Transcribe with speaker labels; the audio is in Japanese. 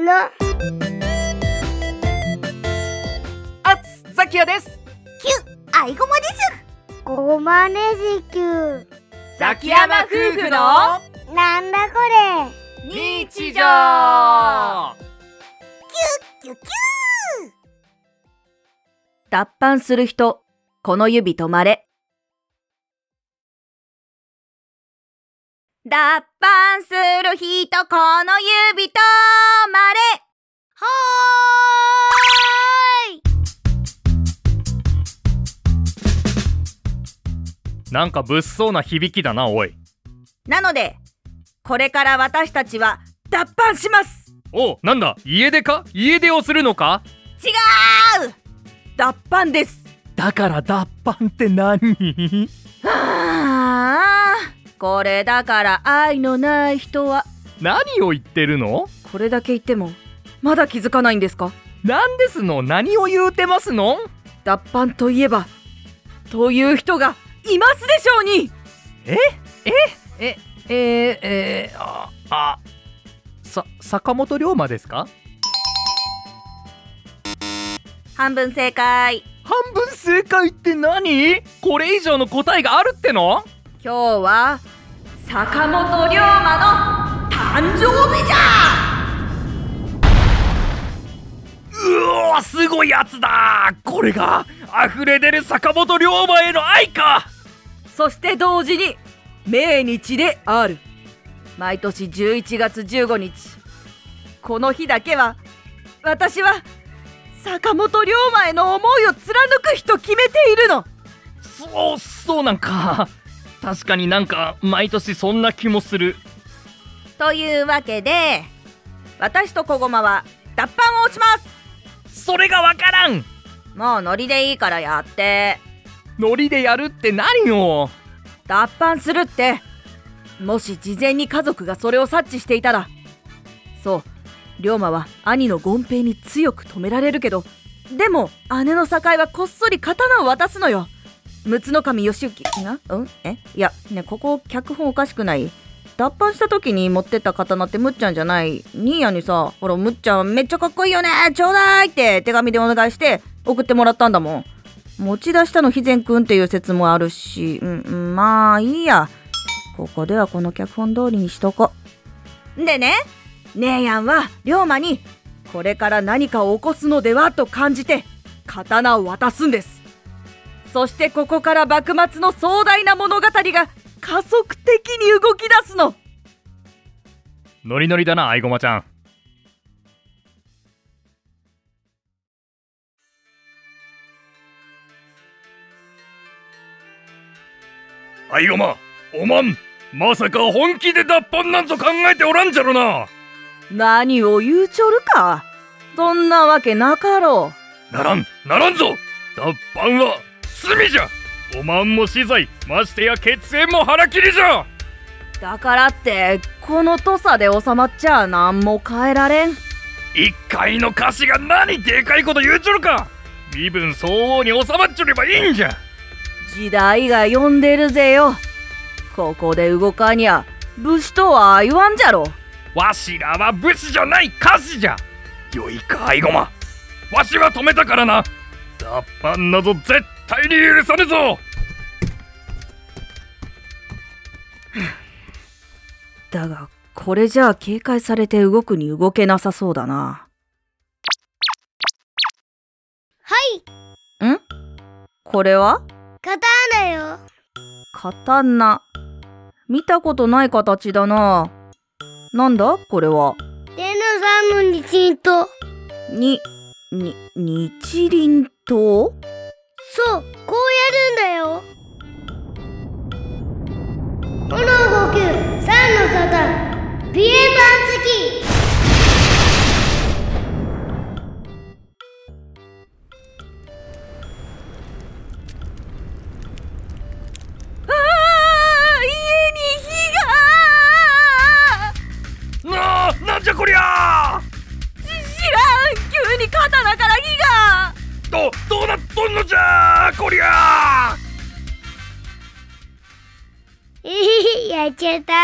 Speaker 1: の
Speaker 2: あつさきやです
Speaker 3: あいごまです
Speaker 1: ごまねじきゅう
Speaker 2: ザキヤマ夫婦の
Speaker 1: なんだこ
Speaker 2: 日常
Speaker 3: キュッキュッ
Speaker 4: 脱藩する人、この指止まれ。脱藩する人、この指止まれ。
Speaker 5: なんか物騒な響きだなおい
Speaker 4: なので、これから私たちは脱藩します。
Speaker 5: おうなんだ家出か家出をするのか
Speaker 4: 違う脱藩です。
Speaker 5: だから脱藩って何
Speaker 4: はあ、これだから愛のない人は、
Speaker 5: 何を言ってるの
Speaker 4: これだけ言っても、まだ気づかないんですか
Speaker 5: なんですの何を言うてますの
Speaker 4: 脱藩といえば、という人がいますでしょうに
Speaker 5: ええー、えー、ああさ坂本龍馬ですか
Speaker 4: 半分正解
Speaker 5: 半分正解って何これ以上の答えがあるっての
Speaker 4: 今日は坂本龍馬の誕生日じゃ
Speaker 5: うおすごいやつだこれが溢れ出る坂本龍馬への愛か
Speaker 4: そして同時に命日である毎年11月15日この日だけは私は坂本龍馬への思いを貫く日と決めているの
Speaker 5: そうそうなんか 確かになんか毎年そんな気もする
Speaker 4: というわけで私と小駒は脱藩をします
Speaker 5: それがわからん
Speaker 4: もうノリでいいからやって
Speaker 5: ノリでやるって何を
Speaker 4: 脱藩するってもし事前に家族がそれを察知していたらそう龍馬は兄の権平に強く止められるけどでも姉の堺はこっそり刀を渡すのよ陸奥守義行がうんえいやねここ脚本おかしくない脱藩した時に持ってった刀ってむっちゃんじゃない兄やにさほらむっちゃんめっちゃかっこいいよねちょうだいって手紙でお願いして送ってもらったんだもん持ち出したの肥前くんっていう説もあるし、うんうん、まあいいやここではこの脚本通りにしとこでね姉やんは龍馬にこれから何かを起こすのではと感じて刀を渡すんですそしてここから幕末の壮大な物語が加速的に動き出すの
Speaker 5: ノリノリだなアイゴマちゃんアイゴマおまんまさか本気で脱藩なんぞ考えておらんじゃろな
Speaker 4: 何を言うちょるかそんなわけなかろう
Speaker 5: ならんならんぞ脱藩は罪じゃおまんも死罪ましてや血縁も腹切りじゃ
Speaker 4: だからってこの土佐で収まっちゃ何も変えられん
Speaker 5: 一回の歌詞が何でかいこと言うちょるか身分相応に収まっちょればいいんじゃ
Speaker 4: 時代が呼んでるぜよここで動かにゃ武士とは言わんじゃろ
Speaker 5: わしらは武士じゃない歌詞じゃよいかアイゴマわしは止めたからな脱藩など絶対に許さねえぞ
Speaker 4: だがこれじゃあ警戒されて動くに動けなさそうだな
Speaker 1: はい
Speaker 4: これは
Speaker 1: 刀よ
Speaker 4: 刀見たことない形だななんだこれは
Speaker 1: レノさんの日輪刀
Speaker 4: にに日輪刀
Speaker 1: そうこうやるんだよ5の呼吸3の型ビエバー付き
Speaker 4: ああ家に火が
Speaker 5: なあなんじゃこりゃあ
Speaker 4: 知らん急に刀から火が
Speaker 5: どどうなっとんのじゃこりゃあ
Speaker 1: えへへやっちゃった